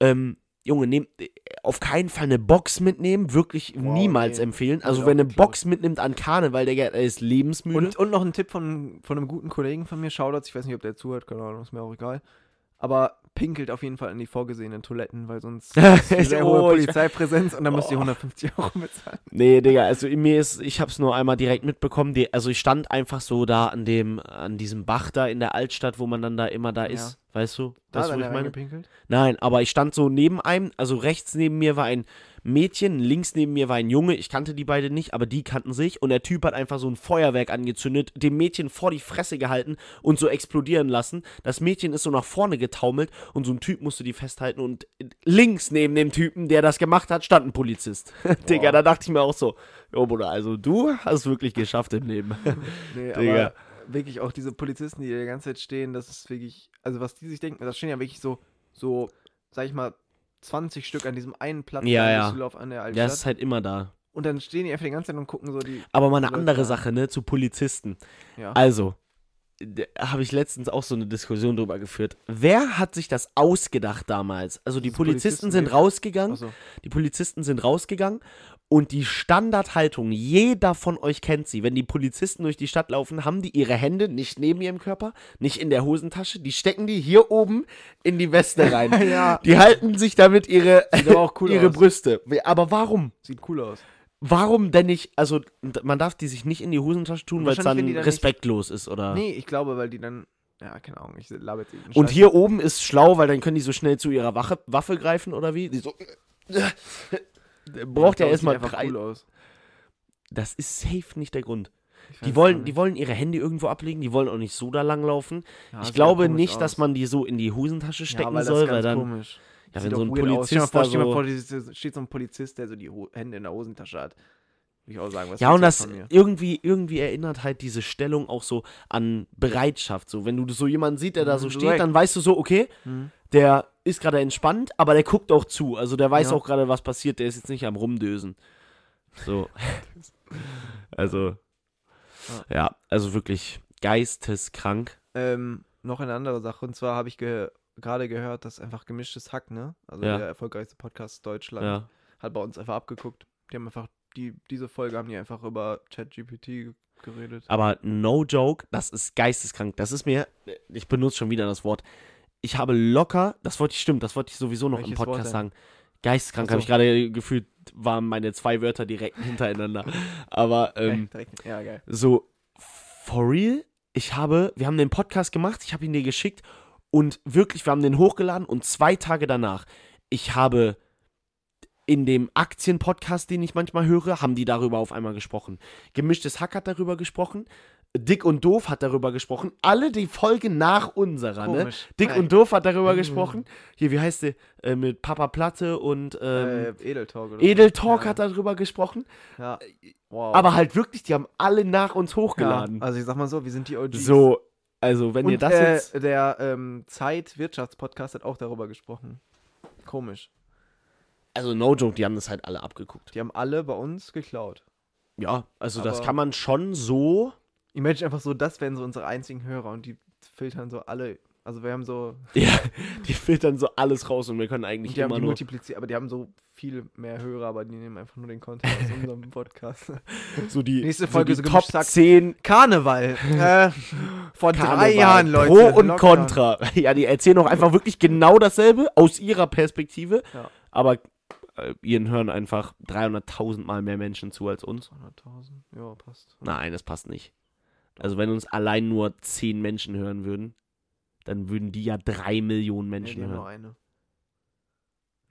S2: Ähm, Junge, nehmt äh, auf keinen Fall eine Box mitnehmen. Wirklich
S1: Wow,
S2: niemals
S1: nee.
S2: empfehlen. Also,
S1: Ja,
S2: wenn eine
S1: klar.
S2: Box mitnimmt an Karneval, der ist lebensmüde.
S1: Und, und noch ein Tipp von, von einem guten Kollegen von mir, Shoutouts, ich weiß nicht, ob der zuhört, keine Ahnung, ist mir auch egal. Aber pinkelt auf jeden Fall in die vorgesehenen Toiletten, weil sonst ist eine sehr hohe
S2: Oh, ich- Oh.
S1: Polizeipräsenz und dann müsst ihr 150 Euro bezahlen.
S2: Nee, Digga, also in mir ist, ich hab's nur einmal direkt mitbekommen. Die, also ich stand einfach so da an dem, an diesem Bach da in der Altstadt, wo man dann da immer da ist. Weißt du? weißt du, wo ich meine?
S1: pinkelt?
S2: Nein, aber ich stand so neben einem, also rechts neben mir war ein Mädchen, links neben mir war ein Junge. Ich kannte die beiden nicht, aber die kannten sich. Und der Typ hat einfach so ein Feuerwerk angezündet, dem Mädchen vor die Fresse gehalten und so explodieren lassen. Das Mädchen ist so nach vorne getaumelt und so ein Typ musste die festhalten. Und links neben dem Typen, der das gemacht hat, stand ein Polizist. Digga, da dachte ich mir auch so, jo, Bruder, also du hast wirklich geschafft im Leben.
S1: Nee,
S2: Digga.
S1: aber wirklich auch diese Polizisten, die die ganze Zeit stehen, das ist wirklich, also was die sich denken, das stehen ja wirklich so, so, sag ich mal, 20 Stück an diesem einen Platz
S2: Ja,
S1: in
S2: ja.
S1: Düsseldorf an der
S2: Der
S1: Altstadt.
S2: ist halt immer da.
S1: und dann stehen die einfach die ganze Zeit und gucken so die,
S2: Aber mal eine
S1: Leute
S2: andere
S1: an.
S2: Sache, ne, zu Polizisten.
S1: ja.
S2: Also, d- habe ich letztens auch so eine Diskussion drüber geführt. Wer hat sich das ausgedacht damals? Also die
S1: Dieses
S2: Polizisten
S1: Polizisten- Also
S2: sind rausgegangen,
S1: Achso,
S2: die Polizisten sind rausgegangen und die Standardhaltung, jeder von euch kennt sie, wenn die Polizisten durch die Stadt laufen, haben die ihre Hände nicht neben ihrem Körper, nicht in der Hosentasche, die stecken die hier oben in die Weste rein.
S1: Ja.
S2: Die halten sich damit ihre,
S1: Sieht aber auch cool
S2: ihre
S1: aus.
S2: Brüste. Aber warum?
S1: sieht cool aus.
S2: Warum denn nicht, also d- man darf die sich nicht in die Hosentasche tun, weil es
S1: Wahrscheinlich, wenn
S2: dann
S1: die dann nicht-
S2: respektlos ist, oder?
S1: Nee, ich glaube, weil die dann, ja, keine Ahnung, ich laber jetzt irgendeinen
S2: Ah. Und
S1: Scheiß.
S2: hier oben ist schlau, weil dann können die so schnell zu ihrer Wache, Waffe greifen oder wie? Die so, braucht ja,
S1: Ich glaube,
S2: erstmal
S1: es sieht
S2: drei.
S1: einfach cool aus.
S2: Das ist safe nicht der Grund.
S1: Ich weiß
S2: Die
S1: es
S2: wollen,
S1: gar
S2: die
S1: nicht.
S2: wollen ihre Hände irgendwo ablegen, die wollen auch nicht so da
S1: Ja,
S2: langlaufen. ich
S1: sieht halt
S2: glaube
S1: komisch
S2: nicht,
S1: aus.
S2: dass man die so in die Hosentasche
S1: Ja,
S2: stecken
S1: weil das ist
S2: soll,
S1: ganz
S2: weil dann.
S1: Komisch.
S2: Ja,
S1: Sieht
S2: wenn
S1: doch
S2: so ein
S1: weird aus. Stell dir mal
S2: Polizist
S1: vor,
S2: da
S1: stell dir mal
S2: so.
S1: vor, dieses- steht so ein Polizist, der so die Ho- Hände in der Hosentasche hat. Würde ich auch sagen, was
S2: Ja, und
S1: willst
S2: das
S1: du jetzt von mir?
S2: irgendwie, irgendwie erinnert halt diese Stellung auch so an Bereitschaft. So, wenn du so jemanden siehst, der da so
S1: Mhm,
S2: steht,
S1: korrekt.
S2: dann weißt du so, okay,
S1: Mhm.
S2: der ist gerade entspannt, aber der guckt auch zu. Also der weiß
S1: Ja.
S2: auch gerade, was passiert. Der ist jetzt nicht am Rumdösen. So. also. Ja. also wirklich geisteskrank.
S1: Ähm, noch eine andere Sache, und zwar habe ich ge gerade gehört, dass einfach gemischtes Hack, ne? Also
S2: Ja.
S1: der erfolgreichste Podcast Deutschland,
S2: Ja.
S1: hat bei uns einfach abgeguckt. Die haben einfach, die, diese Folge haben die einfach über ChatGPT geredet.
S2: Aber no joke, das ist geisteskrank. Das ist mir, ich benutze schon wieder das Wort. Ich habe locker, das wollte ich, stimmt, das wollte ich sowieso noch im
S1: Welches Wort
S2: Podcast
S1: denn?
S2: sagen. Geisteskrank
S1: Ach so.
S2: habe ich gerade gefühlt, waren meine zwei Wörter direkt hintereinander. Aber ähm,
S1: Ey, Äh, direkt, ja, geil.
S2: so, for real, ich habe, wir haben den Podcast gemacht, ich habe ihn dir geschickt und wirklich, wir haben den hochgeladen und zwei Tage danach, ich habe in dem Aktien-Podcast, den ich manchmal höre, haben die darüber auf einmal gesprochen. Gemischtes Hack hat darüber gesprochen, Dick und Doof hat darüber gesprochen, alle die Folgen nach unserer, ne?
S1: Komisch.
S2: Dick
S1: Nein.
S2: und Doof hat darüber
S1: Mhm.
S2: gesprochen. Hier, wie heißt der? Äh, mit Papa Platte und ähm,
S1: äh, Edeltalk oder
S2: Edel Talk
S1: ja,
S2: hat darüber gesprochen.
S1: Ja. Wow.
S2: Aber halt wirklich, die haben alle nach uns
S1: ja,
S2: hochgeladen.
S1: also ich sag mal so, wir sind die OGs.
S2: So, also wenn
S1: Und
S2: ihr das
S1: äh,
S2: jetzt.
S1: der ähm, Zeit-Wirtschaftspodcast hat auch darüber gesprochen. Komisch.
S2: Also no joke, die haben das halt alle abgeguckt.
S1: Die haben alle bei uns geklaut.
S2: Ja, also das
S1: Aber-
S2: kann man schon so.
S1: Imagine einfach so, das wären so unsere einzigen Hörer und die filtern so alle. Also wir haben so,
S2: Ja, die filtern so alles raus und wir können eigentlich
S1: die haben
S2: immer
S1: die
S2: nur.
S1: multipliziert, aber die haben so viel mehr Hörer, aber die nehmen einfach nur den Content aus unserem Podcast.
S2: So die,
S1: Nächste Folge
S2: so
S1: so
S2: die Top
S1: gemischt Sack.
S2: 10
S1: Karneval. äh, vor drei
S2: Karneval.
S1: Jahren, Leute.
S2: Pro und
S1: Lockdown.
S2: Contra. Ja, die erzählen auch einfach wirklich genau dasselbe aus ihrer Perspektive.
S1: Ja.
S2: Aber äh, ihren hören einfach 300.000 Mal mehr Menschen zu als uns.
S1: 100.000, ja, passt.
S2: Nein, das passt nicht. Also wenn uns allein nur 10 Menschen hören würden, dann würden die ja 3 Millionen
S1: Nee,
S2: Menschen
S1: die haben nur
S2: hören.
S1: eine.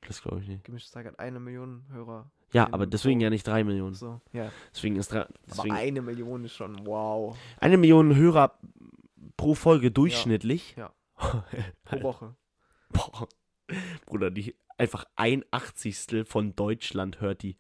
S2: Das glaube ich nicht.
S1: Gemischtes Tag hat eine Million Hörer.
S2: Ja,
S1: in
S2: aber
S1: dem
S2: deswegen
S1: Pro-
S2: ja nicht 3 Millionen.
S1: So, ja.
S2: Deswegen ist drei, deswegen
S1: Aber eine Million ist schon, wow.
S2: eine Million Hörer pro Folge durchschnittlich.
S1: Ja.
S2: Halt.
S1: Pro Woche.
S2: Boah. Bruder, die einfach ein Achtzigstel von Deutschland hört die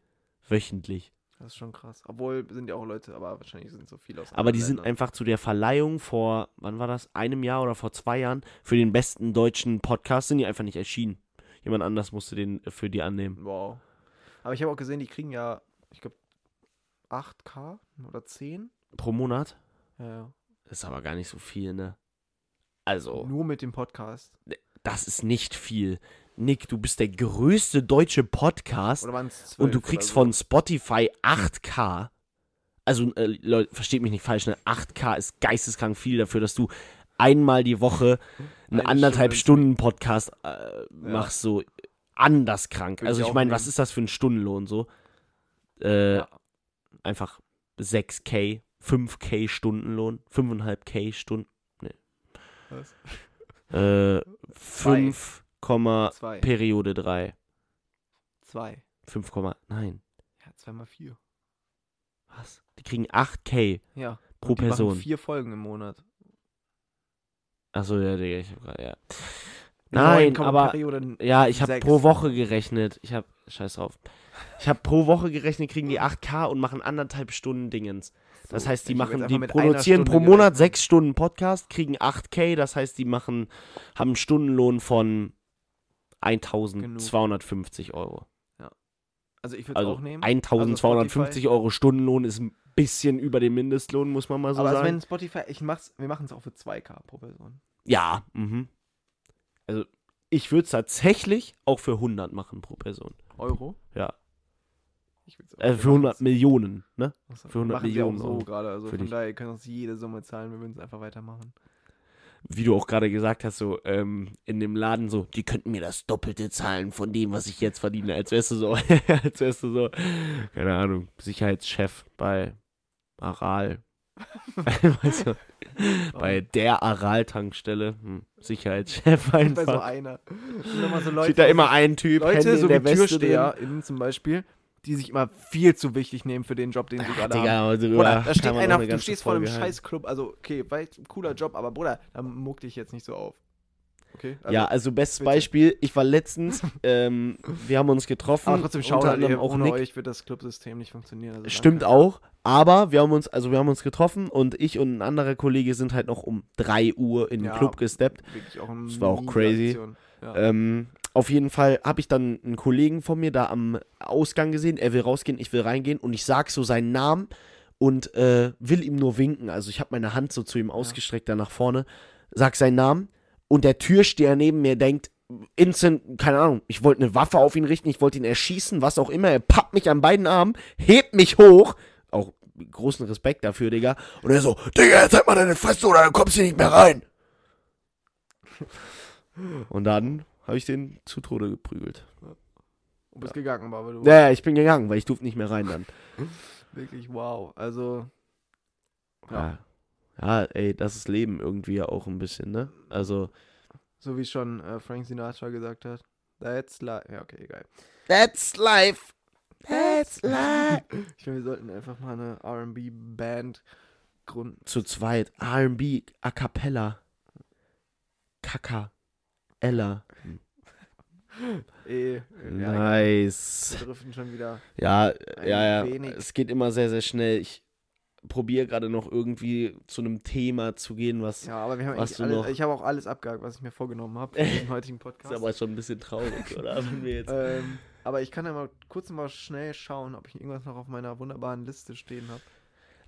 S2: wöchentlich.
S1: Das ist schon krass. Obwohl sind ja auch Leute, aber wahrscheinlich sind so viele aus
S2: Aber die
S1: anderen
S2: sind einfach zu der Verleihung vor, wann war das? Einem Jahr oder vor zwei Jahren für den besten deutschen Podcast sind die einfach nicht erschienen. Jemand anders musste den äh, für die annehmen.
S1: Ländern. Wow. Aber ich habe auch gesehen, die kriegen ja, ich glaube, 8K oder 10.
S2: Pro Monat?
S1: Ja, ja.
S2: Das ist aber gar nicht so viel, ne? Also,
S1: Oh. Nur mit dem Podcast.
S2: das ist nicht viel. Nick, du bist der größte deutsche Podcast
S1: Oder waren es
S2: und du kriegst von Spotify 8K. Also, äh, Leute, versteht mich nicht falsch, ne? 8K ist geisteskrank viel dafür, dass du einmal die Woche einen
S1: Eine
S2: anderthalb
S1: Stunde
S2: Stunden Podcast äh, machst, so anders krank.
S1: Würde
S2: also,
S1: ich
S2: ich
S1: auch
S2: meine, was
S1: nehmen.
S2: ist das für ein Stundenlohn so? Äh,
S1: Ja.
S2: Einfach 6K, 5K Stundenlohn, 5,5K Stunden.
S1: Was?
S2: Äh,
S1: Zwei.
S2: 5, Komma,
S1: Zwei.
S2: Periode 3.
S1: Zwei.
S2: 5, Komma- nein.
S1: Ja, zweimal vier.
S2: Was? Die kriegen 8K
S1: Ja.
S2: pro
S1: die machen
S2: Person.
S1: vier Folgen im Monat.
S2: Achso, ja, Digga, ich hab grad, ja.
S1: Neun
S2: Nein,
S1: Komma
S2: aber
S1: Perioden oder
S2: ja, ich habe
S1: sechs.
S2: pro Woche gerechnet. Ich habe scheiß drauf. Ich habe pro Woche gerechnet, kriegen die 8K und machen anderthalb Stunden Dingens. Das heißt, die
S1: ich hab jetzt
S2: machen,
S1: einfach
S2: die
S1: mit einer
S2: produzieren pro
S1: Stunde
S2: Monat
S1: gerechnet.
S2: sechs Stunden Podcast, kriegen 8K, das heißt, die machen haben einen Stundenlohn von 1250 Euro.
S1: Also ich würde
S2: Also
S1: auch nehmen.
S2: 1250 Euro Stundenlohn ist ein bisschen über dem Mindestlohn, muss man mal so
S1: aber also
S2: sagen.
S1: wenn Spotify, ich mach's, wir machen es auch für 2K pro Person.
S2: Ja, mhm. Also, ich würde es tatsächlich auch für 100 machen pro Person.
S1: Euro?
S2: Ja.
S1: Ich würd's auch
S2: Äh, für 100 Millionen, ne?
S1: Achso,
S2: für 100
S1: machen sie
S2: Millionen
S1: Auch so
S2: Euro
S1: gerade. Also
S2: für
S1: von
S2: dich.
S1: daher können uns jede Summe zahlen, wir würden es einfach weitermachen.
S2: Wie du auch gerade gesagt hast, so ähm, in dem Laden so, die könnten mir das Doppelte zahlen von dem, was ich jetzt verdiene. Als wärst du so, als wärst du so, keine Ahnung, Sicherheitschef bei Aral. weißt du, bei der Aral-Tankstelle. Hm, Sicherheitschef
S1: Bei so
S2: einfach.
S1: einer. Sind immer so
S2: Steht da immer ein Typ,
S1: Leute, so wie
S2: der Weste drin.
S1: TürsteherInnen zum Beispiel, die sich immer viel zu wichtig nehmen für den Job, den sie
S2: Ah,
S1: gerade haben.
S2: Digga, aber darüber
S1: Bruder, da
S2: kann
S1: steht
S2: man auch
S1: einer,
S2: eine
S1: du
S2: ganze
S1: stehst vor einem
S2: Folge halten.
S1: Scheißclub, also okay, weil, cooler Job, aber Bruder, da muck dich jetzt nicht so auf. Okay? Also,
S2: ja, also bestes
S1: bitte.
S2: Beispiel, ich war letztens, ähm, wir haben uns getroffen,
S1: Aber trotzdem, schaut
S2: unter anderem
S1: ihr,
S2: auch
S1: ohne
S2: Nick.
S1: euch wird das Clubsystem nicht funktionieren. Also
S2: Stimmt
S1: danke.
S2: auch, aber wir haben uns, also wir haben uns getroffen und ich und ein anderer Kollege sind halt noch um 3 Uhr in den
S1: Ja.
S2: Club gesteppt.
S1: Wirklich auch eine
S2: Das war auch crazy.
S1: Mega-Aktion. Ja.
S2: Ähm, auf jeden Fall habe ich dann einen Kollegen von mir da am Ausgang gesehen, er will rausgehen, ich will reingehen und ich sag so seinen Namen und äh, will ihm nur winken. Also ich habe meine Hand so zu ihm ausgestreckt, da nach vorne, sag seinen Namen und der Türsteher neben mir denkt, instant, keine Ahnung, ich wollte eine Waffe auf ihn richten, ich wollte ihn erschießen, was auch immer. Er pappt mich an beiden Armen, hebt mich hoch. Auch großen Respekt dafür, Digga. Und er so, Digga, jetzt halt mal deine Fresse oder du kommst hier nicht mehr rein. Und dann habe ich den zu Tode geprügelt.
S1: Du bist gegangen, aber du.
S2: Naja, ich bin gegangen, weil ich durfte nicht mehr rein dann.
S1: Wirklich, wow. Also,
S2: Ja. ja, ey, das ist Leben irgendwie ja auch ein bisschen, ne? Also,
S1: so wie schon äh, Frank Sinatra gesagt hat. That's life. Ja, okay, egal.
S2: that's life. That's life.
S1: Ich finde, wir sollten einfach mal eine RB-Band gründen.
S2: Zu zweit, R&B, A Cappella. Kaka. Ella.
S1: Eh, ja,
S2: Nice.
S1: wir driften schon wieder.
S2: Ja,
S1: Ein
S2: ja, ja.
S1: wenig.
S2: Es geht immer sehr, sehr schnell. Ich probiere gerade noch irgendwie zu einem Thema zu gehen, was
S1: Ja, aber wir haben
S2: Was
S1: eigentlich
S2: du noch-
S1: alles, ich habe auch alles abgehakt, was ich mir vorgenommen habe für den heutigen Podcast.
S2: ist aber schon ein bisschen traurig, oder? Wenn wir jetzt
S1: ähm, aber ich kann ja mal kurz mal schnell schauen, ob ich irgendwas noch auf meiner wunderbaren Liste stehen habe.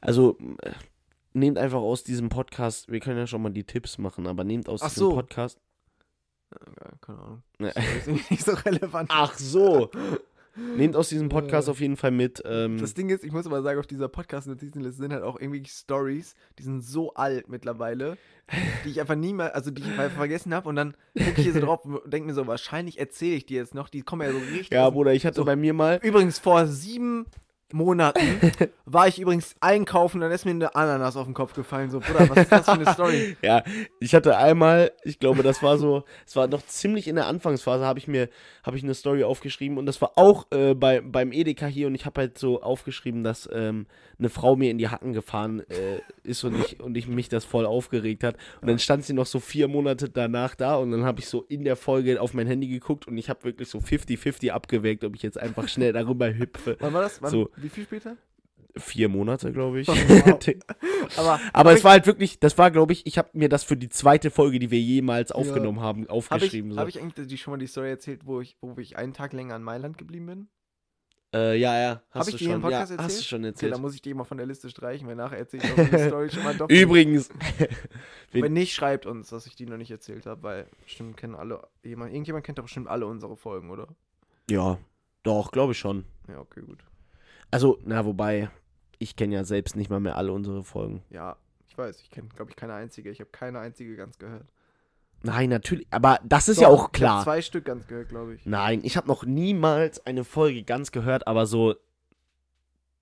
S2: Also äh, nehmt einfach aus diesem Podcast, wir können ja schon mal die Tipps machen, aber nehmt aus
S1: Ach
S2: diesem
S1: so.
S2: Podcast.
S1: Ja, keine Ahnung.
S2: Ne.
S1: Ist irgendwie nicht so relevant.
S2: Ach so. nehmt aus diesem Podcast auf jeden Fall mit. Ähm,
S1: Äh. Das Ding ist, ich muss aber sagen, auf dieser Podcast-Notizenliste sind halt auch irgendwie Stories, die sind so alt mittlerweile, die ich einfach nie mehr, also die ich einfach vergessen habe und dann gucke ich hier so drauf und denke mir so, wahrscheinlich erzähle ich die jetzt noch, die kommen ja so richtig.
S2: ja,
S1: aus dem-
S2: Bruder, ich hatte
S1: so.
S2: bei mir mal.
S1: übrigens, vor sieben Monaten war ich übrigens einkaufen, dann ist mir eine Ananas auf den Kopf gefallen. So, Bruder, was ist das für eine Story?
S2: Ja, ich hatte einmal, ich glaube, das war so, es war noch ziemlich in der Anfangsphase, habe ich mir, habe ich eine Story aufgeschrieben und das war auch äh, bei, beim Edeka hier und ich habe halt so aufgeschrieben, dass ähm, eine Frau mir in die Hacken gefahren äh, ist und ich, und ich mich das voll aufgeregt hat und dann stand sie noch so vier Monate danach da und dann habe ich so in der Folge auf mein Handy geguckt und ich habe wirklich so 50-50 abgewägt, ob ich jetzt einfach schnell darüber hüpfe.
S1: Wann war das? Wann,
S2: So.
S1: Wie viel später?
S2: Vier Monate, glaube ich.
S1: Wow. Aber,
S2: Aber es war halt wirklich, das war, glaube ich, ich habe mir das für die zweite Folge, die wir jemals aufgenommen haben,
S1: Habe ich,
S2: aufgeschrieben. so.
S1: hab ich eigentlich die, schon mal die Story erzählt, wo ich, wo ich einen Tag länger in Mailand geblieben bin?
S2: Äh, ja, ja.
S1: Hab
S2: Hast
S1: ich
S2: du
S1: dir
S2: schon,
S1: im Podcast
S2: ja,
S1: erzählt?
S2: Hast du schon
S1: Okay,
S2: erzählt.
S1: da muss ich die immer von der Liste streichen, weil nachher erzähle ich auch die Story schon mal doch.
S2: Übrigens,
S1: Wenn nicht, schreibt uns, dass ich die noch nicht erzählt habe, weil bestimmt kennen alle, jemand, irgendjemand kennt doch bestimmt alle unsere Folgen, oder?
S2: ja, doch, glaube ich schon.
S1: Ja, okay, gut.
S2: Also, na, wobei, ich kenne ja selbst nicht mal mehr alle unsere Folgen.
S1: Ja, ich weiß, ich kenne, glaube ich, keine einzige. Ich habe keine einzige ganz gehört.
S2: Nein, natürlich, aber das ist
S1: Doch,
S2: ja
S1: Ich
S2: auch
S1: hab
S2: klar.
S1: zwei Stück ganz gehört, glaube ich.
S2: Nein, ich habe noch niemals eine Folge ganz gehört, aber so,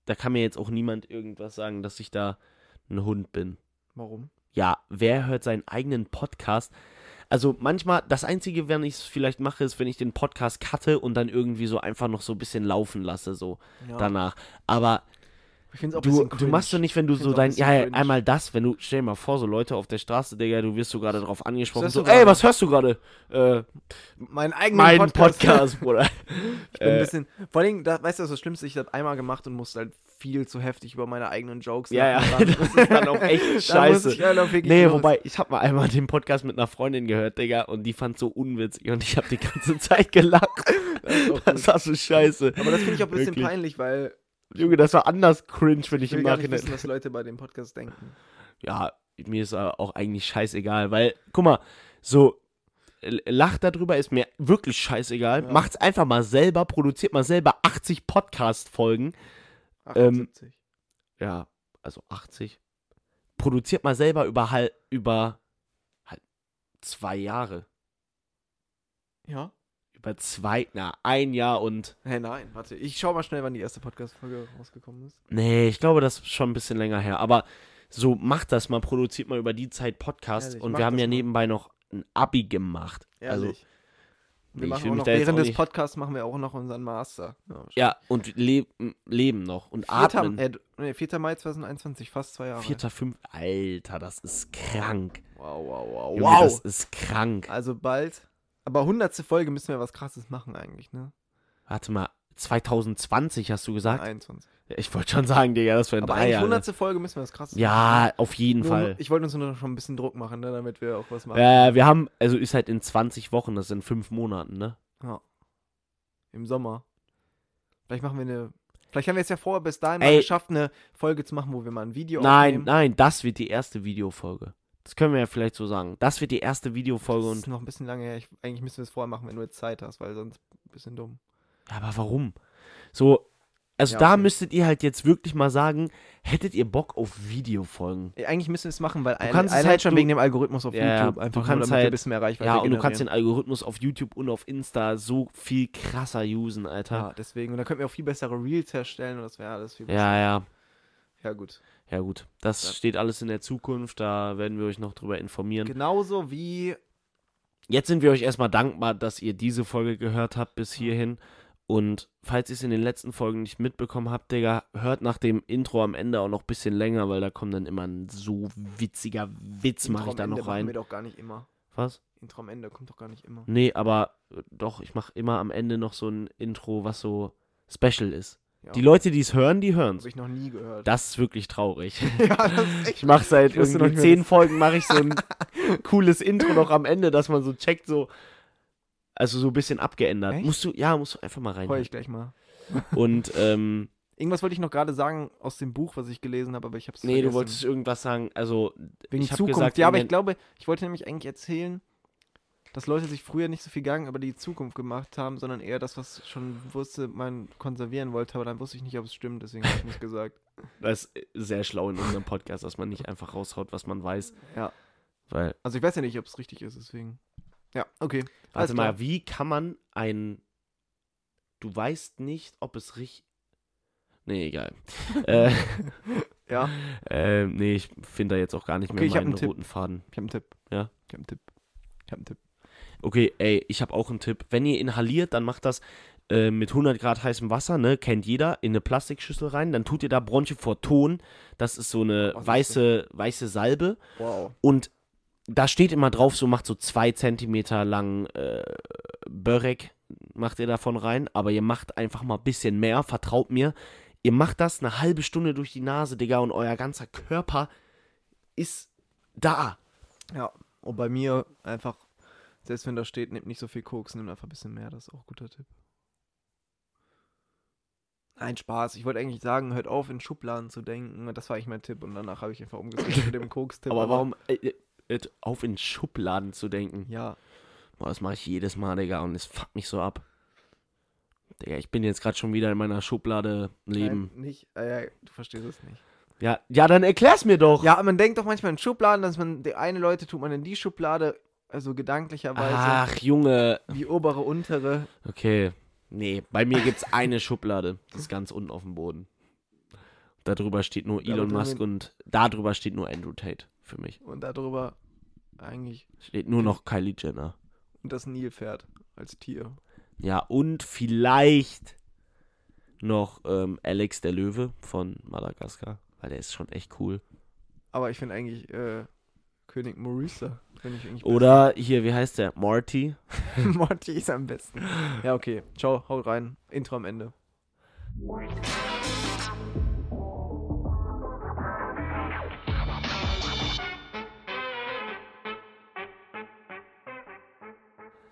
S2: da kann mir jetzt auch niemand irgendwas sagen, dass ich da ein Hund bin.
S1: Warum?
S2: ja, wer hört seinen eigenen Podcast? Also manchmal, das Einzige, wenn ich es vielleicht mache, ist, wenn ich den Podcast cutte und dann irgendwie so einfach noch so ein bisschen laufen lasse, so
S1: Ja.
S2: danach. Aber
S1: ich finde es auch
S2: du, du machst doch
S1: cringe.
S2: nicht, wenn du
S1: Find's
S2: so
S1: auch ein
S2: dein,
S1: bisschen
S2: ja, ja,
S1: cringe.
S2: einmal das, wenn du, stell dir mal vor, so Leute auf der Straße, Digga, du wirst so gerade drauf angesprochen,
S1: hörst
S2: so,
S1: du gerade?
S2: ey, was hörst du gerade? Äh,
S1: Meinen eigenen
S2: meinen
S1: Podcast.
S2: Podcast, Bruder.
S1: Ich bin ein
S2: Äh,
S1: bisschen. Vor allem, da, weißt du, was das Schlimmste? ist? Ich habe einmal gemacht und musste halt viel zu heftig über meine eigenen Jokes
S2: Äh, Ja, ja,
S1: lachen.
S2: das ist dann auch echt
S1: Da muss
S2: scheiße.
S1: ich halt auch wirklich
S2: Nee,
S1: los.
S2: wobei, ich hab mal einmal den Podcast mit einer Freundin gehört, Digga, und die fand's so unwitzig und ich hab die ganze Zeit gelacht.
S1: ist auch
S2: Das war so scheiße.
S1: Aber das finde ich auch ein bisschen
S2: Wirklich.
S1: peinlich, weil
S2: Junge, das war anders cringe, wenn
S1: ich
S2: ich im
S1: will gar nicht
S2: Nachhinein.
S1: wissen, was Leute bei dem Podcast denken.
S2: Ja, mir ist äh, auch eigentlich scheißegal, weil, guck mal, so, äh, lacht darüber ist mir wirklich scheißegal.
S1: Ja.
S2: Macht's einfach mal selber, produziert mal selber 80 Podcast-Folgen. Ähm,
S1: 78.
S2: Ja, also 80. Produziert mal selber über halb, über halb zwei Jahre.
S1: ja?
S2: Über zwei, na, ein Jahr und.
S1: Hä, nein, warte. Ich schau mal schnell, wann die erste Podcast-Folge rausgekommen ist.
S2: Nee, ich glaube, das ist schon ein bisschen länger her. Aber so macht das mal, produziert mal über die Zeit Podcast.
S1: Ehrlich,
S2: und
S1: macht
S2: wir haben
S1: das
S2: ja
S1: mal.
S2: nebenbei noch ein Abi gemacht. Also,
S1: Ehrlich.
S2: nee,
S1: wir
S2: ich
S1: machen auch
S2: will mich
S1: noch,
S2: da jetzt
S1: während
S2: auch
S1: des
S2: nicht-
S1: Podcasts machen wir auch noch unseren Master. Ja,
S2: Also, ja, und le leben noch und
S1: Vierter-
S2: atmen.
S1: Äh, nee, 4. Mai 2021, fast zwei Jahre.
S2: Vierter, fünf. Alter, das ist krank.
S1: Wow, wow, wow,
S2: Junge,
S1: wow.
S2: Das ist krank.
S1: also bald. Aber hundertste Folge müssen wir was krasses machen eigentlich, ne?
S2: Warte mal, 2020 hast du gesagt?
S1: 21.
S2: Ich wollte schon sagen, Digga, das wären
S1: Aber
S2: drei
S1: eigentlich
S2: Jahre.
S1: hundertste Folge müssen wir was krasses machen.
S2: Ja, auf jeden
S1: Nur,
S2: Fall.
S1: Ich wollte uns nur schon ein bisschen Druck machen, ne, damit wir auch was machen.
S2: Äh, wir haben, also ist halt in 20 Wochen, das sind fünf Monaten, ne?
S1: Im Sommer. Vielleicht machen wir eine. Vielleicht haben wir es ja vorher bis dahin
S2: Ey.
S1: mal geschafft, eine Folge zu machen, wo wir mal ein Video
S2: Nein,
S1: aufnehmen.
S2: nein, das wird die erste Videofolge. Das können wir ja vielleicht so sagen. Das wird die erste Videofolge
S1: Das
S2: und.
S1: ist noch ein bisschen lange her. Ich, eigentlich müssen wir es vorher machen, wenn du jetzt Zeit hast, weil sonst ein bisschen dumm.
S2: Ja, aber warum? So, also
S1: Ja,
S2: da
S1: okay.
S2: müsstet ihr halt jetzt wirklich mal sagen, hättet ihr Bock auf Videofolgen?
S1: Ey, Eigentlich müssen wir es machen, weil ein,
S2: kannst es
S1: allein
S2: halt-
S1: schon
S2: du-
S1: wegen dem Algorithmus auf
S2: Ja,
S1: YouTube
S2: du
S1: einfach nur,
S2: kannst
S1: damit wir ein
S2: halt-
S1: bisschen mehr Reichweite
S2: Ja, und du kannst den
S1: generieren.
S2: Algorithmus auf YouTube und auf Insta so viel krasser usen, Alter.
S1: Ja, deswegen. Und dann könnten wir auch viel bessere Reels herstellen und das wäre alles viel
S2: Ja,
S1: besser.
S2: halt ja. Ja,
S1: ja gut.
S2: gut. Das
S1: Ja.
S2: steht alles in der Zukunft, da werden wir euch noch drüber informieren.
S1: Genauso wie
S2: Jetzt sind wir euch erstmal dankbar, dass ihr diese Folge gehört habt bis hierhin. Und falls ihr es in den letzten Folgen nicht mitbekommen habt, Digga, hört nach dem Intro am Ende auch noch ein bisschen länger, weil da kommt dann immer ein so witziger Witz, mache ich da
S1: Intro am Ende
S2: noch
S1: machen
S2: rein.
S1: wir doch gar nicht immer.
S2: Was?
S1: Intro am Ende kommt doch gar nicht immer.
S2: Nee, aber äh, doch, ich mache immer am Ende noch so ein Intro, was so special ist.
S1: Ja.
S2: Die Leute, die es hören, die hören
S1: Habe ich noch nie gehört.
S2: Das ist wirklich traurig.
S1: ja, das ist echt
S2: Ich mache seit
S1: Ich wusste noch
S2: irgendwie
S1: nicht mehr,
S2: zehn Folgen, mache ich so ein cooles Intro noch am Ende, dass man so checkt, so. Also so ein bisschen abgeändert.
S1: Echt?
S2: Musst du, ja, musst du einfach mal rein.
S1: Heul ich gleich mal.
S2: Und, ähm,
S1: Irgendwas wollte ich noch gerade sagen aus dem Buch, was ich gelesen habe, aber ich habe es
S2: nee, du wolltest irgendwas sagen. Also,
S1: wegen
S2: ich hab
S1: Zukunft.
S2: gesagt,
S1: ja,
S2: in
S1: aber
S2: den-
S1: ich glaube, ich wollte nämlich eigentlich erzählen, dass Leute sich früher nicht so viel Gedanken über die Zukunft gemacht haben, sondern eher das, was schon wusste, man konservieren wollte, aber dann wusste ich nicht, ob es stimmt, deswegen habe ich nicht gesagt.
S2: das ist sehr schlau in unserem Podcast, dass man nicht einfach raushaut, was man weiß.
S1: Ja.
S2: Weil,
S1: Also ich weiß ja nicht, ob es richtig ist, deswegen. Ja, okay. Alles
S2: warte mal,
S1: klar.
S2: wie kann man ein. Du weißt nicht, ob es richtig. Nee, egal. äh,
S1: Ja,
S2: äh, nee, ich finde da jetzt auch gar nicht
S1: Okay,
S2: mehr
S1: ich hab
S2: meinen
S1: einen Tipp.
S2: roten Faden.
S1: ich habe einen Tipp.
S2: Ja.
S1: Ich habe einen Tipp. Ich habe einen Tipp.
S2: Okay, ey, ich habe auch einen Tipp. Wenn ihr inhaliert, dann macht das äh, mit 100 Grad heißem Wasser, ne, kennt jeder, in eine Plastikschüssel rein. Dann tut ihr da Bronchiforton, Oh, das ist so eine
S1: Was ist
S2: weiße, weiße Salbe.
S1: Wow.
S2: Und da steht immer drauf, so macht so zwei Zentimeter lang äh, Börek, macht ihr davon rein. Aber ihr macht einfach mal ein bisschen mehr, vertraut mir. Ihr macht das eine halbe Stunde durch die Nase, Digga, und euer ganzer Körper ist da.
S1: Ja, und bei mir einfach, selbst wenn da steht, nehmt nicht so viel Koks, nehmt einfach ein bisschen mehr, das ist auch ein guter Tipp. Nein, Spaß. Ich wollte eigentlich sagen, hört auf, in Schubladen zu denken. Das war eigentlich mein Tipp und danach habe ich einfach umgesetzt mit dem Koks-Tipp.
S2: Aber warum äh, äh, hört auf in Schubladen zu denken?
S1: Ja,
S2: Boah, das mache ich jedes Mal, Digga, und es fuckt mich so ab. Digga, ich bin jetzt gerade schon wieder in meiner Schublade leben.
S1: nein, nicht. Äh, ja, du verstehst es nicht.
S2: Ja, ja, dann erklär's mir doch.
S1: Ja, man denkt doch manchmal in Schubladen, dass man, die eine Leute tut man in die Schublade, also gedanklicherweise,
S2: Ach, Junge.
S1: die obere, untere.
S2: Okay. Nee, bei mir gibt's eine Schublade. Das ist ganz unten auf dem Boden. Da drüber steht nur
S1: Ja,
S2: Elon
S1: aber
S2: Musk und da drüber steht nur Andrew Tate für mich.
S1: Und darüber eigentlich.
S2: Steht nur noch Kylie Jenner.
S1: Und das Nilpferd als Tier.
S2: Ja, und vielleicht noch ähm, Alex der Löwe von Madagaskar, weil der ist schon echt cool.
S1: Aber ich finde eigentlich äh, König Maurice, finde ich eigentlich
S2: Oder hier, wie heißt der? Morty.
S1: besser. Monty ist am besten. Ja, okay. Ciao, haut rein. Intro am Ende.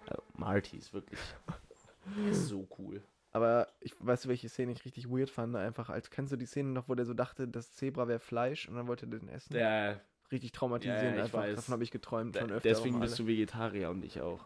S2: Also, Marty ist wirklich so cool.
S1: Aber ich weiß, welche Szene ich richtig weird fand. Einfach als kennst du die Szene noch, wo der so dachte, das Zebra wäre Fleisch und dann wollte der den essen.
S2: Der,
S1: richtig traumatisierend
S2: Ja, ja, ich
S1: einfach.
S2: weiß.
S1: Davon habe ich geträumt schon öfter.
S2: deswegen
S1: auch mal.
S2: bist du Vegetarier und ich auch.